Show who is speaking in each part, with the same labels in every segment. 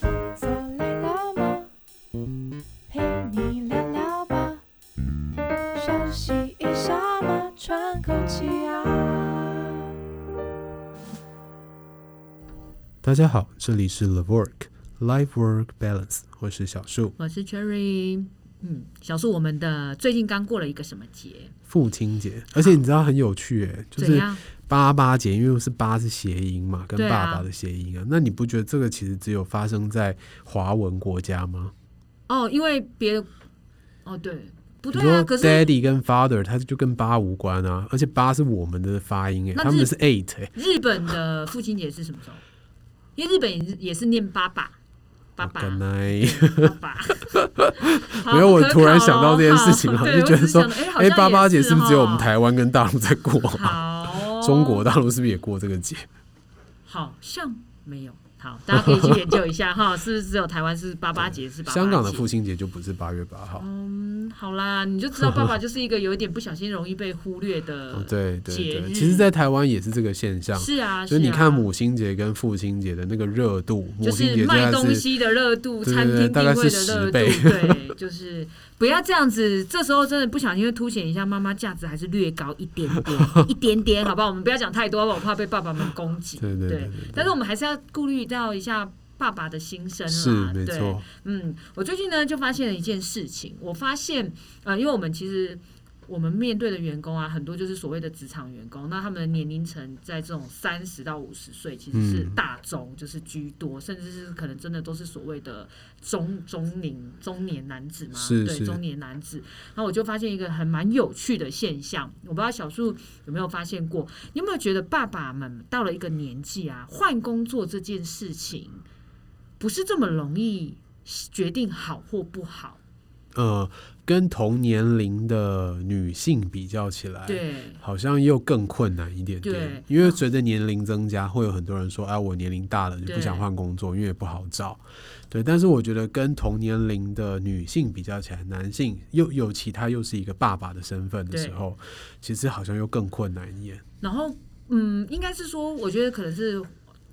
Speaker 1: 坐累了吗？陪你聊聊吧，休息一下嘛，喘口气啊。
Speaker 2: 大家好，这里是 The Work Life Work Balance，我是小树。
Speaker 3: 我是 Cherry。嗯，小树，我们的最近刚过了一个什么节？
Speaker 2: 父亲节，而且你知道很有趣诶、就
Speaker 3: 怎
Speaker 2: 是
Speaker 3: 样？
Speaker 2: 八八节，因为是八是谐音嘛，跟
Speaker 3: 对啊
Speaker 2: 爸爸的谐音啊。那你不觉得这个其实只有发生在华文国家吗？
Speaker 3: 哦，因为别的，哦对，不
Speaker 2: 比
Speaker 3: 对
Speaker 2: 如
Speaker 3: 啊，
Speaker 2: 说
Speaker 3: 可是
Speaker 2: daddy 跟 father，它就跟八无关啊，而且八是我们的发音诶、
Speaker 3: 那
Speaker 2: 他们
Speaker 3: 日
Speaker 2: 是 eight 诶、
Speaker 3: 日本的父亲节是什么时候？因为日本也是也是念爸爸，爸爸，
Speaker 2: 跟
Speaker 3: 爸
Speaker 2: 来。
Speaker 3: 爸。好
Speaker 2: 哦 没有，我
Speaker 3: 不可
Speaker 2: 突然
Speaker 3: 考
Speaker 2: 想到
Speaker 3: 咯
Speaker 2: 这件
Speaker 3: 好哦
Speaker 2: 事情了，
Speaker 3: 对
Speaker 2: 就
Speaker 3: 我
Speaker 2: 觉
Speaker 3: 只
Speaker 2: 得
Speaker 3: 是
Speaker 2: 说
Speaker 3: 想到，
Speaker 2: 哎，八八节是不是只有我们？
Speaker 3: 好像也
Speaker 2: 台湾跟大陆在过
Speaker 3: 是
Speaker 2: 啊？
Speaker 3: 哦好，
Speaker 2: 中国大陆是不是也过这个节？
Speaker 3: 好像没有。好，大家可以去研究一下哈，是不是只有台湾是八八节是八八 节？
Speaker 2: 香港的父亲节就不是八月八号，
Speaker 3: 嗯，好啦，你就知道爸爸就是一个有一点不小心容易被忽略的
Speaker 2: 哦，对对
Speaker 3: 嗯节
Speaker 2: 对，
Speaker 3: 日
Speaker 2: 其实，在台湾也是这个现象，
Speaker 3: 是啊，
Speaker 2: 就是你
Speaker 3: 啊
Speaker 2: 看母亲节跟父亲节的那个热度，母
Speaker 3: 就
Speaker 2: 亲
Speaker 3: 是
Speaker 2: 节
Speaker 3: 卖
Speaker 2: 大
Speaker 3: 东
Speaker 2: 概是
Speaker 3: 西的热度，
Speaker 2: 对对
Speaker 3: 餐
Speaker 2: 对
Speaker 3: 厅
Speaker 2: 大
Speaker 3: 定
Speaker 2: 概
Speaker 3: 位
Speaker 2: 是
Speaker 3: 的
Speaker 2: 10
Speaker 3: 热度，
Speaker 2: 倍
Speaker 3: 对，就是不要这样子。这时候真的不小心会凸显一下妈妈价值还是略高一点 点，一点点，好不好？我们不要讲太多，我怕被爸爸们攻击。
Speaker 2: 对对对对
Speaker 3: 但是我们还是要顾虑到一下爸爸的心声啦。
Speaker 2: 是没
Speaker 3: 对
Speaker 2: 错，
Speaker 3: 嗯，我最近呢就发现了一件事情，我发现呃，因为我们其实我们面对的员工啊，很多就是所谓的职场员工，那他们的年龄层在这种三十到五十岁其实是
Speaker 2: 嗯
Speaker 3: 大众，就是居多，甚至是可能真的都是所谓的中中龄中年男子嘛，
Speaker 2: 是
Speaker 3: 对
Speaker 2: 是
Speaker 3: 中年男子。然后我就发现一个很蛮有趣的现象，我不知道小树有没有发现过，你有没有觉得爸爸们到了一个年纪啊，换工作这件事情不是这么容易决定好或不好？
Speaker 2: 呃，跟同年龄的女性比较起来，
Speaker 3: 对，
Speaker 2: 好像又更困难一点点
Speaker 3: 对，
Speaker 2: 因为随着年龄增加，会有很多人说：“啊，我年龄大了就不
Speaker 3: 对
Speaker 2: 想换工作，因为也不好找。”
Speaker 3: 嗯
Speaker 2: 对，但是我觉得跟同年龄的女性比较起来，男性又有其他又是一个爸爸的身份的时候，其实好像又更困难一点。
Speaker 3: 然后嗯，应该是说，我觉得可能是。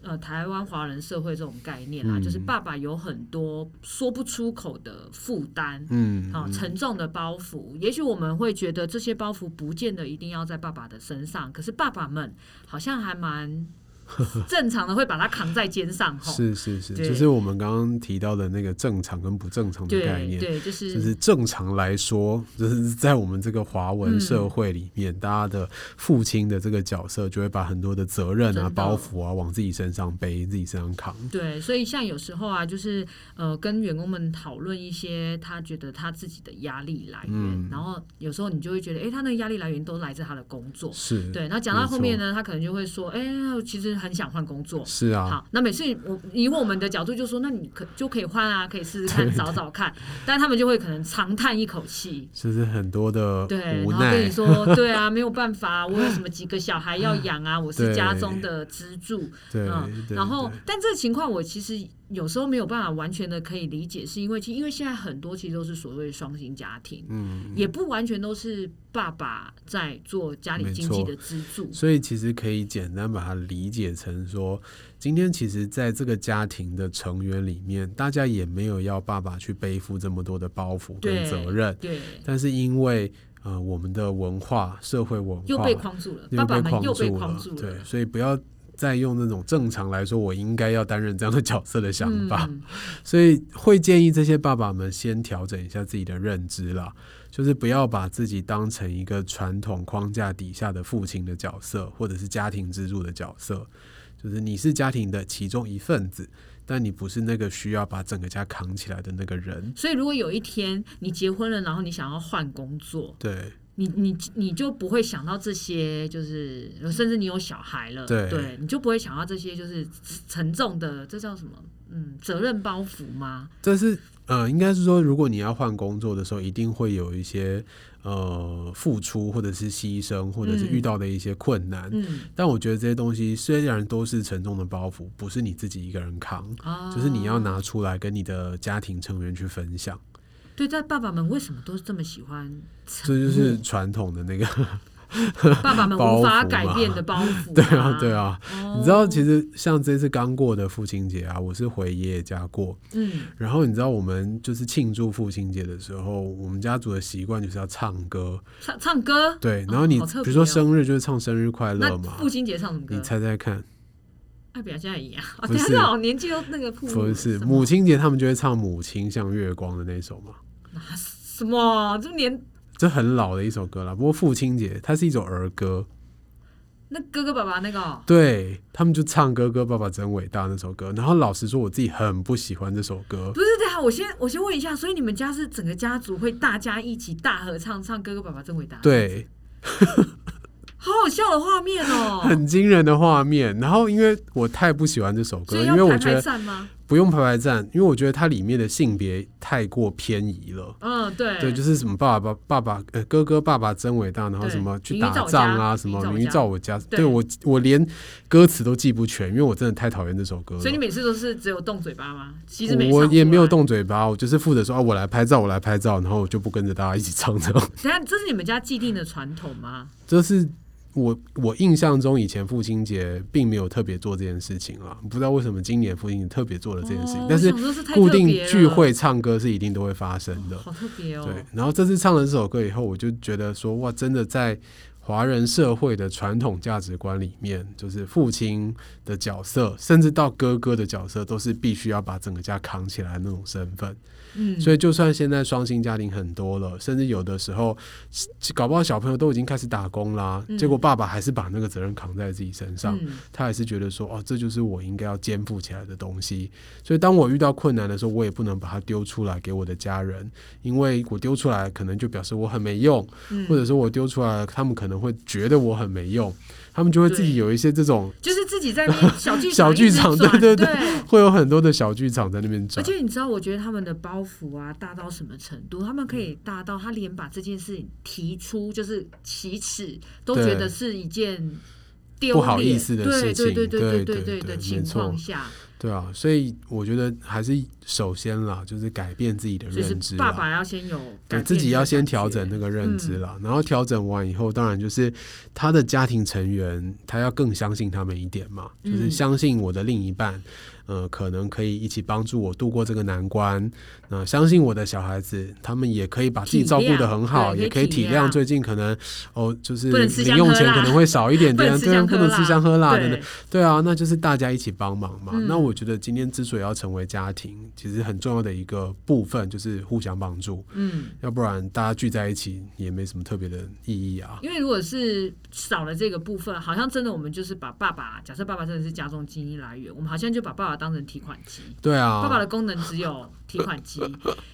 Speaker 3: 呃，台湾华人社会这种概念啊，
Speaker 2: 嗯
Speaker 3: 就是爸爸有很多说不出口的负担，
Speaker 2: 嗯，嗯
Speaker 3: 好、啊沉重的包袱。也许我们会觉得这些包袱不见得一定要在爸爸的身上，可是爸爸们好像 还蛮正常的会把它扛在肩上，吼。
Speaker 2: 是是是，
Speaker 3: 对
Speaker 2: 就是我们刚刚提到的那个正常跟不正常的概
Speaker 3: 对
Speaker 2: 念。
Speaker 3: 对，就是
Speaker 2: 就是正常来说，就是在我们这个华
Speaker 3: 嗯
Speaker 2: 文社会里面，大家的父亲的这个角色就会把很多的责任
Speaker 3: 真
Speaker 2: 啊、
Speaker 3: 的
Speaker 2: 包袱啊往自己身上背、自己身上扛。
Speaker 3: 对，所以像有时候啊，就是呃，跟员工们讨论一些他觉得他自己的压力来源，
Speaker 2: 嗯
Speaker 3: 然后有时候你就会觉得，诶，他那个压力来源都来自他的工作。
Speaker 2: 是，
Speaker 3: 对，那讲
Speaker 2: 没
Speaker 3: 到
Speaker 2: 错
Speaker 3: 后面呢，他可能就会说，诶，我其实很想换工作。
Speaker 2: 是啊，
Speaker 3: 好，那每次我以我们的角度就说，那你可就可以换啊，可以试试看，找找看。但他们就会可能长叹一口气，
Speaker 2: 就是很多的
Speaker 3: 对，然
Speaker 2: 无
Speaker 3: 后跟
Speaker 2: 奈
Speaker 3: 你。说，对啊，没有办法，我有什么几个小孩要养啊，我
Speaker 2: 对
Speaker 3: 是家中的支柱，
Speaker 2: 对，
Speaker 3: 嗯，
Speaker 2: 对
Speaker 3: 然后
Speaker 2: 对，
Speaker 3: 但这个情况我其实有时候没有办法完全的可以理解，是因为其因为现在很多其实都是所谓的双薪家庭，
Speaker 2: 嗯，
Speaker 3: 也不完全都是爸爸在做家里
Speaker 2: 没
Speaker 3: 经济
Speaker 2: 错
Speaker 3: 的支柱。
Speaker 2: 所以其实可以简单把它理解成说，今天其实在这个家庭的成员里面，大家也没有要爸爸去背负这么多的包袱跟
Speaker 3: 对
Speaker 2: 责任。
Speaker 3: 对，
Speaker 2: 但是因为呃我们的文化、社会文化
Speaker 3: 又被框住了，
Speaker 2: 又
Speaker 3: 爸
Speaker 2: 被
Speaker 3: 爸们
Speaker 2: 框
Speaker 3: 又被
Speaker 2: 住
Speaker 3: 框住
Speaker 2: 对，
Speaker 3: 了。
Speaker 2: 所以不要再用那种正常来说我应该要担任这样的角色的想法，
Speaker 3: 嗯，
Speaker 2: 所以会建议这些爸爸们先调整一下自己的认知啦。就是不要把自己当成一个传统框架底下的父亲的角色，或者是家庭支柱的角色。就是你是家庭的其中一份子，但你不是那个需要把整个家扛起来的那个人。
Speaker 3: 所以如果有一天你结婚了，然后你想要换工作，
Speaker 2: 对，
Speaker 3: 你你你就不会想到这些，就是甚至你有小孩了，
Speaker 2: 对
Speaker 3: 你就不会想到这些就是沉重的，这叫什么？嗯，责任包袱吗？
Speaker 2: 这是呃，应该是说，如果你要换工作的时候，一定会有一些呃付出，或者是牺牲，或者是遇到的一些困难。
Speaker 3: 嗯，
Speaker 2: 但我觉得这些东西虽然都是沉重的包袱，不是你自己一个人扛，
Speaker 3: 啊，
Speaker 2: 就是你要拿出来跟你的家庭成员去分 享。
Speaker 3: 对，但爸爸们为什么都这么喜欢沉
Speaker 2: 这就
Speaker 3: 默？
Speaker 2: 是传统的那个
Speaker 3: 爸爸们无法改变的包袱、
Speaker 2: 对啊， 对啊，
Speaker 3: 哦
Speaker 2: 你知道，其实像这次刚过的父亲节啊，我是回爷爷家过，
Speaker 3: 嗯，
Speaker 2: 然后你知道，我们就是庆祝父亲节的时候，我们家族的习惯就是要唱歌，
Speaker 3: 唱唱歌，
Speaker 2: 对，然
Speaker 3: 哦
Speaker 2: 后你、
Speaker 3: 好特
Speaker 2: 比如说
Speaker 3: 别哦
Speaker 2: 生日就是唱生日快乐
Speaker 3: 那
Speaker 2: 嘛
Speaker 3: 父，亲节唱什么歌
Speaker 2: 你？猜猜看，
Speaker 3: 爱表现一样，
Speaker 2: 不
Speaker 3: 啊等一下
Speaker 2: 是
Speaker 3: 这种年纪都那个父
Speaker 2: 不是
Speaker 3: 什么
Speaker 2: 母亲节他们就会唱《母亲像月光》的那首嘛，
Speaker 3: 啊什么，这年
Speaker 2: 这很老的一首歌啦。不过父亲节它是一首儿歌，
Speaker 3: 那哥哥爸爸那个哦
Speaker 2: 对他们就唱《哥哥爸爸真伟大》那首歌。然后老实说，我自己很不喜欢这首歌
Speaker 3: 不。是的啊，我先我先问一下，所以你们家是整个家族会大家一起大合唱唱《哥哥爸爸真伟大》？，
Speaker 2: 对，
Speaker 3: 好好笑的画面哦。
Speaker 2: 很惊人的画面。然后，因为我太不喜欢这首
Speaker 3: 所
Speaker 2: 歌，
Speaker 3: 以
Speaker 2: 因
Speaker 3: 要
Speaker 2: 为我
Speaker 3: 排
Speaker 2: 觉
Speaker 3: 排
Speaker 2: 得
Speaker 3: 站吗？
Speaker 2: 不用排排站，因为我觉得它里面的性别太过偏移了。
Speaker 3: 嗯，对，
Speaker 2: 对，就是什么爸爸爸爸呃哥哥爸爸真伟大，然后
Speaker 3: 对
Speaker 2: 什么去
Speaker 3: 明
Speaker 2: 打
Speaker 3: 玉照我
Speaker 2: 仗啊，
Speaker 3: 家
Speaker 2: 什
Speaker 3: 明
Speaker 2: 么
Speaker 3: 玉照我
Speaker 2: 明玉
Speaker 3: 家
Speaker 2: 照我家，
Speaker 3: 对
Speaker 2: 对我我连歌词都记不全，因为我真的太讨厌这首歌了
Speaker 3: 所以你。每次都是只有动嘴巴吗？其实没
Speaker 2: 我
Speaker 3: 唱出啊
Speaker 2: 也没有
Speaker 3: 来。
Speaker 2: 动嘴巴，我就是负责说啊，我来拍照，我来拍照，然后我就不跟着大家一起唱这样。
Speaker 3: 等一下，这是你们家既定的传统吗？
Speaker 2: 这是我我印象中以前父亲节并没有特别做这件事情啊，不知道为什么今年父亲节特别做了这件事情，
Speaker 3: 哦
Speaker 2: 但是
Speaker 3: 我想说这太
Speaker 2: 固
Speaker 3: 特别
Speaker 2: 定
Speaker 3: 了
Speaker 2: 聚会唱歌是一定都会发生的。
Speaker 3: 好特别哦。
Speaker 2: 对，然后这次唱了这首歌以后，我就觉得说，哇，真的在华人社会的传统价值观里面，就是父亲的角色，甚至到哥哥的角色，都是必须要把整个家扛起来的那种身份。
Speaker 3: 嗯，
Speaker 2: 所以，就算现在双薪家庭很多了，甚至有的时候，搞不好小朋友都已经开始打工啦，
Speaker 3: 嗯
Speaker 2: 结果爸爸还是把那个责任扛在自己身上。
Speaker 3: 嗯
Speaker 2: 他还是觉得说，哦，这就是我应该要肩负起来的东西。所以当我遇到困难的时候，我也不能把它丢出来给我的家人，因为我丢出来可能就表示我很没用，
Speaker 3: 嗯
Speaker 2: 或者说我丢出来，他们可能会觉得我很没用，他们就会自己
Speaker 3: 对
Speaker 2: 有一些这种，
Speaker 3: 就是自己在那边小 剧
Speaker 2: 小剧场
Speaker 3: 场一直转，
Speaker 2: 对对
Speaker 3: 对
Speaker 2: 对会有很多的小剧场在那边
Speaker 3: 而
Speaker 2: 转。
Speaker 3: 且你知道，我觉得他们的包袱啊，大到什么程度？他们可
Speaker 2: 嗯
Speaker 3: 以大到他连把这件事情提出，就是启齿，都
Speaker 2: 对
Speaker 3: 觉得是一件丢脸
Speaker 2: 不好意思的事情
Speaker 3: 对对对
Speaker 2: 对
Speaker 3: 对
Speaker 2: 对
Speaker 3: 的
Speaker 2: 对
Speaker 3: 情
Speaker 2: 没错
Speaker 3: 况下，
Speaker 2: 对啊，所以我觉得还是首先啦，就是改变自己的
Speaker 3: 就是
Speaker 2: 认知啦。
Speaker 3: 爸爸要先有
Speaker 2: 对
Speaker 3: 改变
Speaker 2: 自己要先
Speaker 3: 的感觉嗯
Speaker 2: 调整那个认知啦，然后调整完以后，当然就是他的家庭成员，他要更相信他们一点嘛，就是
Speaker 3: 嗯
Speaker 2: 相信我的另一半，呃，可能可以一起帮助我度过这个难关。那、相信我的小孩子，他们也可以把自己
Speaker 3: 体
Speaker 2: 照顾
Speaker 3: 谅
Speaker 2: 的很好，
Speaker 3: 对
Speaker 2: 也可
Speaker 3: 可
Speaker 2: 以
Speaker 3: 以
Speaker 2: 体
Speaker 3: 体
Speaker 2: 谅
Speaker 3: 谅
Speaker 2: 最近可能哦，就是
Speaker 3: 不能吃
Speaker 2: 零
Speaker 3: 香
Speaker 2: 用
Speaker 3: 喝
Speaker 2: 钱可
Speaker 3: 辣
Speaker 2: 能会少一点
Speaker 3: 不
Speaker 2: 点，
Speaker 3: 能吃
Speaker 2: 对啊，
Speaker 3: 香
Speaker 2: 不
Speaker 3: 喝
Speaker 2: 能吃
Speaker 3: 辣
Speaker 2: 香喝辣等等
Speaker 3: 对。
Speaker 2: 对啊，那就是大家一起帮忙嘛。
Speaker 3: 嗯
Speaker 2: 那我觉得今天之所以要成为家庭，其实很重要的一个部分就是互相帮助，
Speaker 3: 嗯，
Speaker 2: 要不然大家聚在一起也没什么特别的意义啊。
Speaker 3: 因为如果是少了这个部分，好像真的我们就是把爸爸，假设爸爸真的是家中经济来源，我们好像就把爸爸当成提款机。
Speaker 2: 对
Speaker 3: 爸爸
Speaker 2: 啊，
Speaker 3: 的功能只有提款 机。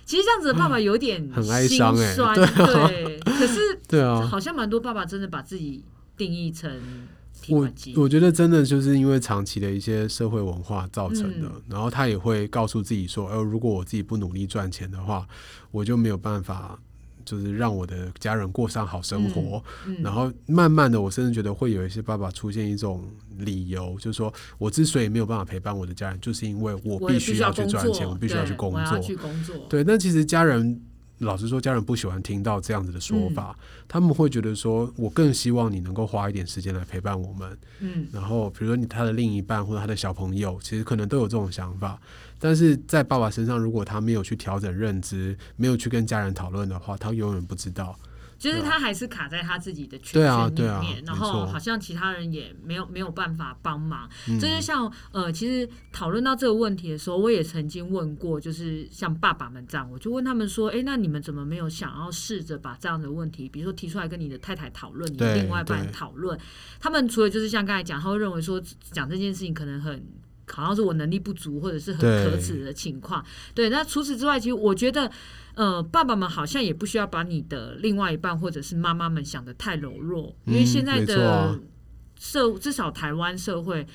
Speaker 3: 其实这样子的爸爸有点
Speaker 2: 很哀伤欸
Speaker 3: 心酸
Speaker 2: 对
Speaker 3: 对。可是
Speaker 2: 对啊，
Speaker 3: 好像蛮多爸爸真的把自己定义成提
Speaker 2: 我
Speaker 3: 款机。
Speaker 2: 我觉得真的就是因为长期的一些社会文化造成的，
Speaker 3: 嗯
Speaker 2: 然后他也会告诉自己说，哎、如果我自己不努力赚钱的话，我就没有办法。就是让我的家人过上好生活，
Speaker 3: 嗯
Speaker 2: 然后慢慢的，我甚至觉得会有一些爸爸出现一种理由，就是说我之所以没有办法陪伴我的家人，就是因为我
Speaker 3: 我
Speaker 2: 必
Speaker 3: 也
Speaker 2: 须
Speaker 3: 须要
Speaker 2: 去
Speaker 3: 工
Speaker 2: 赚
Speaker 3: 作
Speaker 2: 钱，我必须要
Speaker 3: 对
Speaker 2: 去工
Speaker 3: 我
Speaker 2: 作
Speaker 3: 要，去工作。
Speaker 2: 对，但其实家人，老实说，家人不喜欢听到这样子的说
Speaker 3: 嗯
Speaker 2: 法，他们会觉得说，我更希望你能够花一点时间来陪伴我们。
Speaker 3: 嗯，
Speaker 2: 然后，比如说你他的另一半或者他的小朋友，其实可能都有这种想法，但是在爸爸身上，如果他没有去调整认知，没有去跟家人讨论的话，他永远不知道。
Speaker 3: 就是
Speaker 2: 对啊
Speaker 3: 他还是卡在他自己的圈
Speaker 2: 对啊
Speaker 3: 圈里
Speaker 2: 对啊
Speaker 3: 面，然
Speaker 2: 没
Speaker 3: 后
Speaker 2: 错
Speaker 3: 好像其他人也没有没有办法帮忙。
Speaker 2: 嗯
Speaker 3: 这就像呃，其实讨论到这个问题的时候，我也曾经问过，就是像爸爸们这样，我就问他们说：“哎，那你们怎么没有想要试着把这样的问题，比如说提出来跟你的太太讨论，你的
Speaker 2: 对
Speaker 3: 另外一半
Speaker 2: 对
Speaker 3: 讨论？”他们除了就是像刚才讲，他会认为说讲这件事情可能很。好像是我能力不足，或者是很
Speaker 2: 对
Speaker 3: 可耻的情况。对，那除此之外，其实我觉得，呃，爸爸们好像也不需要把你的另外一半或者是妈妈们想的太柔弱，因为
Speaker 2: 嗯
Speaker 3: 现在
Speaker 2: 没错啊
Speaker 3: 的社、至少台湾社会，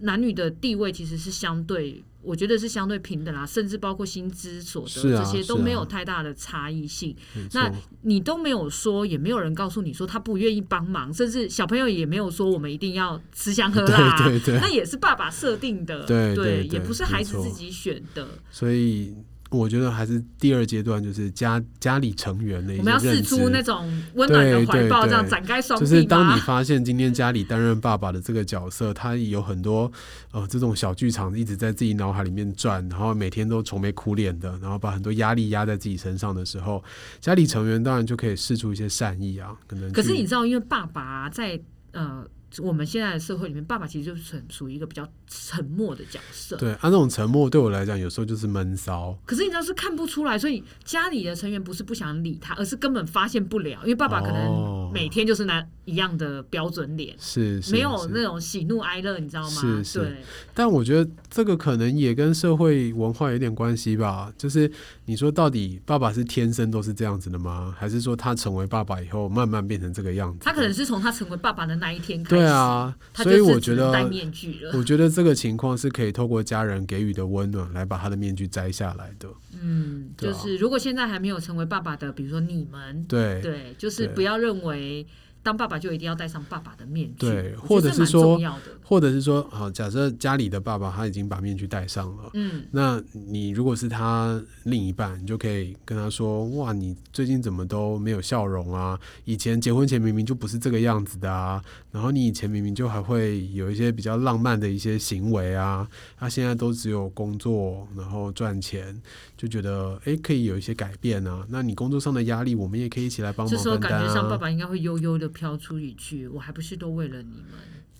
Speaker 3: 男女的地位其实是相对，我觉得是相对平等啦，啊甚至包括薪资、所
Speaker 2: 是
Speaker 3: 得、
Speaker 2: 啊
Speaker 3: 这些都
Speaker 2: 是啊
Speaker 3: 没有太大的差异性。
Speaker 2: 没错
Speaker 3: 那你都没有说，也没有人告诉你说他不愿意帮忙，甚至小朋友也没有说我们一定要吃香喝辣啊、
Speaker 2: 对对对
Speaker 3: 那也是爸爸设定的，
Speaker 2: 对对对
Speaker 3: 也不是孩子
Speaker 2: 没错
Speaker 3: 自己选的，
Speaker 2: 所以。我觉得还是第二阶段，就是家家里成员的一
Speaker 3: 我
Speaker 2: 些
Speaker 3: 们要
Speaker 2: 认
Speaker 3: 试出那
Speaker 2: 知。
Speaker 3: 种温暖的
Speaker 2: 对
Speaker 3: 怀抱，
Speaker 2: 对
Speaker 3: 这样
Speaker 2: 对
Speaker 3: 展开双
Speaker 2: 就是
Speaker 3: 臂
Speaker 2: 当你
Speaker 3: 吗？
Speaker 2: 发现今天家里担任爸爸的这个角色，他有很多呃这种小剧场一直在自己脑海里面转，然后每天都愁眉苦脸的，然后把很多压力压在自己身上的时候，家里成员当然就可以试出一些善意啊，可能
Speaker 3: 可是
Speaker 2: 去
Speaker 3: 你知道，因为爸爸在呃我们现在的社会里面，爸爸其实就是很属于一个比较沉默的角色。
Speaker 2: 对，啊，那种沉默对我来讲，有时候就是闷骚。
Speaker 3: 可是你知道是看不出来，所以家里的成员不是不想理他，而是根本发现不了，因为爸爸可
Speaker 2: 哦
Speaker 3: 能每天就是拿一样的标准脸，
Speaker 2: 是哦是
Speaker 3: 没有
Speaker 2: 是
Speaker 3: 那种喜怒哀乐，你知道吗？
Speaker 2: 是是
Speaker 3: 对，
Speaker 2: 但我觉得这个可能也跟社会文化有点关系吧。就是你说到底爸爸是天生都是这样子的吗？还是说他成为爸爸以后慢慢变成这个样子的？
Speaker 3: 他可能是从他成为爸爸的那一天开始，
Speaker 2: 对，啊，
Speaker 3: 他
Speaker 2: 所以
Speaker 3: 就是
Speaker 2: 我
Speaker 3: 只
Speaker 2: 觉
Speaker 3: 能戴
Speaker 2: 得。
Speaker 3: 面具了。
Speaker 2: 我觉得这个情况是可以透过家人给予的温暖来把他的面具摘下来的。
Speaker 3: 嗯，
Speaker 2: 对
Speaker 3: 就
Speaker 2: 啊
Speaker 3: 是如果现在还没有成为爸爸的，比如说你们，
Speaker 2: 对
Speaker 3: 对，就是
Speaker 2: 对
Speaker 3: 不要认为当爸爸就一定要戴上爸爸的面具，
Speaker 2: 对
Speaker 3: 我觉得
Speaker 2: 或者
Speaker 3: 这
Speaker 2: 是
Speaker 3: 蛮重
Speaker 2: 说
Speaker 3: 要的，
Speaker 2: 或者是说，好，假设家里的爸爸他已经把面具戴上了，
Speaker 3: 嗯，
Speaker 2: 那你如果是他另一半，你就可以跟他说：“哇，你最近怎么都没有笑容啊？以前结婚前明明就不是这个样子的啊，然后你以前明明就还会有一些比较浪漫的一些行为啊，他现在都只有工作，然后赚钱，就觉得诶可以有一些改变啊。那你工作上的压力，我们也可以一起来帮
Speaker 3: 这
Speaker 2: 忙
Speaker 3: 时候
Speaker 2: 分
Speaker 3: 感
Speaker 2: 担啊。
Speaker 3: 觉上爸爸应该会悠悠的飘出一句：“我还不是都为了你们。”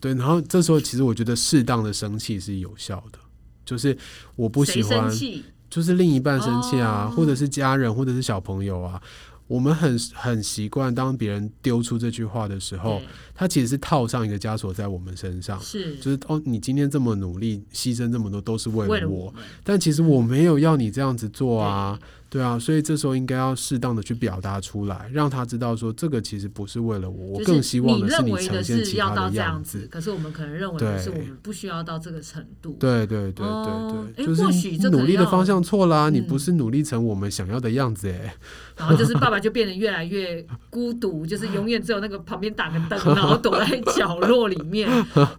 Speaker 2: 对，然后这时候其实我觉得适当的生气是有效的，就是我不
Speaker 3: 谁
Speaker 2: 喜
Speaker 3: 生
Speaker 2: 欢。”
Speaker 3: 气？
Speaker 2: 就是另一半生气啊，
Speaker 3: 哦
Speaker 2: 或者是家人，或者是小朋友啊。我们很很习惯，当别人丢出这句话的时候，他其实是套上一个枷锁在我们身
Speaker 3: 对
Speaker 2: 上，
Speaker 3: 是
Speaker 2: 就是哦哦，你今天这么努力，牺牲这么多，都是为
Speaker 3: 为了
Speaker 2: 了
Speaker 3: 我
Speaker 2: 我。
Speaker 3: 们。
Speaker 2: 但其实我没有要你这样子做啊，对啊，所以这时候应该要适当的去表达出来，让他知道说这个其实不是为了我，我
Speaker 3: 就
Speaker 2: 更
Speaker 3: 是
Speaker 2: 希望
Speaker 3: 你
Speaker 2: 的是
Speaker 3: 认
Speaker 2: 你
Speaker 3: 为
Speaker 2: 呈
Speaker 3: 的
Speaker 2: 现
Speaker 3: 是
Speaker 2: 其
Speaker 3: 要
Speaker 2: 他
Speaker 3: 到
Speaker 2: 的
Speaker 3: 这样
Speaker 2: 样
Speaker 3: 子，。可是我们可能认为的是我
Speaker 2: 对
Speaker 3: 们不需要到这个程度。
Speaker 2: 对对对
Speaker 3: 哦
Speaker 2: 对对，
Speaker 3: 诶
Speaker 2: 就
Speaker 3: 或
Speaker 2: 是
Speaker 3: 许
Speaker 2: 你
Speaker 3: 这可
Speaker 2: 努
Speaker 3: 能
Speaker 2: 力的
Speaker 3: 要
Speaker 2: 方向错啦，你
Speaker 3: 嗯
Speaker 2: 不是努力成我们想要的样子哎、
Speaker 3: 然后就是爸爸就变得越来越孤独，就是永远只有那个旁边打个灯， 然后躲在角落里面。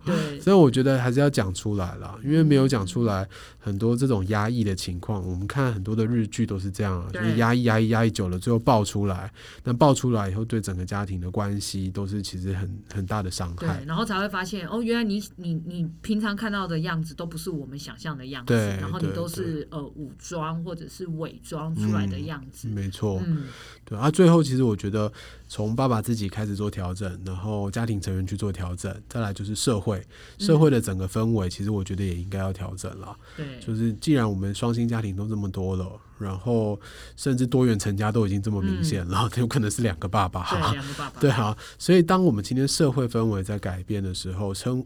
Speaker 3: 对，
Speaker 2: 所以我觉得还是要讲出来啦，因为没有讲出来，很多这种压抑的情况，我们看很多的日剧都是这样啊，
Speaker 3: 对
Speaker 2: 就是压抑、压抑、压抑久了，最后爆出来。那爆出来以后，对整个家庭的关系都是其实很很大的伤
Speaker 3: 对
Speaker 2: 害，。
Speaker 3: 然后才会发现哦，原来你你你平常看到的样子都不是我们想象的样子，
Speaker 2: 对
Speaker 3: 然后你
Speaker 2: 对嗯
Speaker 3: 都是呃武装或者是伪装出来的样子。
Speaker 2: 没错，
Speaker 3: 嗯，
Speaker 2: 对啊。最后其实我觉得，从爸爸自己开始做调整，然后家庭成员去做调整，再来就是社会，社会的整个氛围，其实我觉得也应该要调整啦。
Speaker 3: 对，
Speaker 2: 就是既然我们双薪家庭都这么多了，然后甚至多元成家都已经这么明显了， 有可能是两个爸爸。
Speaker 3: 嗯对两个爸爸，
Speaker 2: 对啊，所以当我们今天社会氛围在改变的时候，称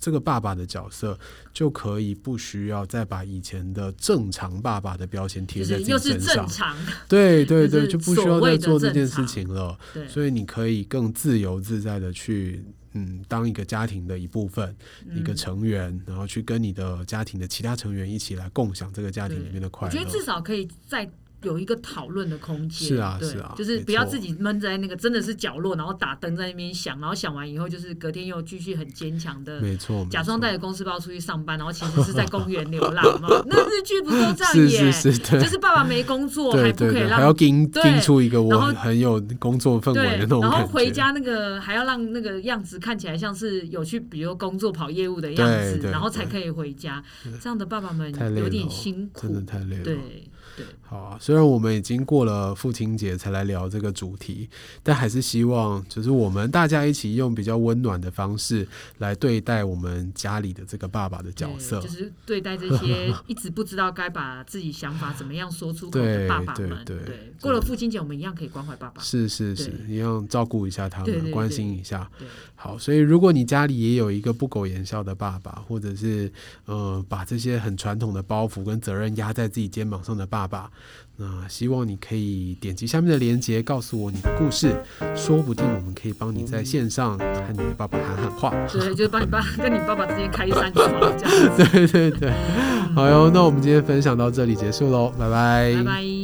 Speaker 2: 这个爸爸的角色就可以不需要再把以前的正常爸爸的标签贴
Speaker 3: 就
Speaker 2: 在
Speaker 3: 是
Speaker 2: 自
Speaker 3: 又
Speaker 2: 己
Speaker 3: 是
Speaker 2: 身
Speaker 3: 正
Speaker 2: 上。
Speaker 3: 常，
Speaker 2: 对对
Speaker 3: 就
Speaker 2: 对，
Speaker 3: 是
Speaker 2: 就不需
Speaker 3: 所
Speaker 2: 要
Speaker 3: 谓
Speaker 2: 再
Speaker 3: 的
Speaker 2: 做这
Speaker 3: 正
Speaker 2: 件事
Speaker 3: 常
Speaker 2: 情了。
Speaker 3: 对，
Speaker 2: 所以你可以更自由自在的去，嗯，当一个家庭的一部分，一
Speaker 3: 嗯
Speaker 2: 个成员，然后去跟你的家庭的其他成员一起来共享这个家庭里面的快
Speaker 3: 我
Speaker 2: 乐。
Speaker 3: 觉得至少可以再有一个讨论的空间，
Speaker 2: 是啊
Speaker 3: 对
Speaker 2: 是啊
Speaker 3: 就是
Speaker 2: 没
Speaker 3: 不要
Speaker 2: 错
Speaker 3: 自己闷在那个真的是角落，然后打灯在那边想，然后想完以后就是隔天又继续很坚强的。
Speaker 2: 没错，没
Speaker 3: 假装
Speaker 2: 错
Speaker 3: 带着公司包出去上班，然后其实是在公园流 浪嘛。那日剧不是都这样
Speaker 2: 是
Speaker 3: 演？
Speaker 2: 是是，对
Speaker 3: 就。是爸爸没工作，
Speaker 2: 对
Speaker 3: 还不
Speaker 2: 对
Speaker 3: 可以
Speaker 2: 对，
Speaker 3: 让
Speaker 2: 还要盯
Speaker 3: 对
Speaker 2: 盯出一个我
Speaker 3: 然后
Speaker 2: 很有工作氛围
Speaker 3: 对
Speaker 2: 的那，种
Speaker 3: 然
Speaker 2: 感觉。
Speaker 3: 后回家那个还要让那个样子看起来像是有去，比如工作跑业务的样
Speaker 2: 对
Speaker 3: 子，
Speaker 2: 对
Speaker 3: 然后才
Speaker 2: 对
Speaker 3: 可以回家。这样的爸爸们
Speaker 2: 太累
Speaker 3: 有
Speaker 2: 了
Speaker 3: 点
Speaker 2: 哦
Speaker 3: 辛苦，
Speaker 2: 真的太累了。
Speaker 3: 对对，
Speaker 2: 好啊，虽然我们已经过了父亲节才来聊这个主题，但还是希望就是我们大家一起用比较温暖的方式来对待我们家里的这个爸爸的角
Speaker 3: 对
Speaker 2: 色。
Speaker 3: 就是对待这 些一直不知道该把自己想法怎么样说出口的
Speaker 2: 对
Speaker 3: 爸爸们。
Speaker 2: 对对
Speaker 3: 过了父亲节，我们一样可以关怀爸爸。
Speaker 2: 是是是，一样照顾一下他
Speaker 3: 对对
Speaker 2: 们，
Speaker 3: 对
Speaker 2: 关心一下。
Speaker 3: 对，
Speaker 2: 好，所以如果你家里也有一个不苟言笑的爸爸，或者是呃把这些很传统的包袱跟责任压在自己肩膀上的爸爸，那希望你可以点击下面的链接，告诉我你的故事，说不定我们可以帮你在线上和你的爸爸喊喊话。
Speaker 3: 对，就是帮你爸跟你爸爸之间开一扇窗，这样子。
Speaker 2: 对对对，好哟，那我们今天分享到这里结束喽，拜
Speaker 3: 嗯拜拜。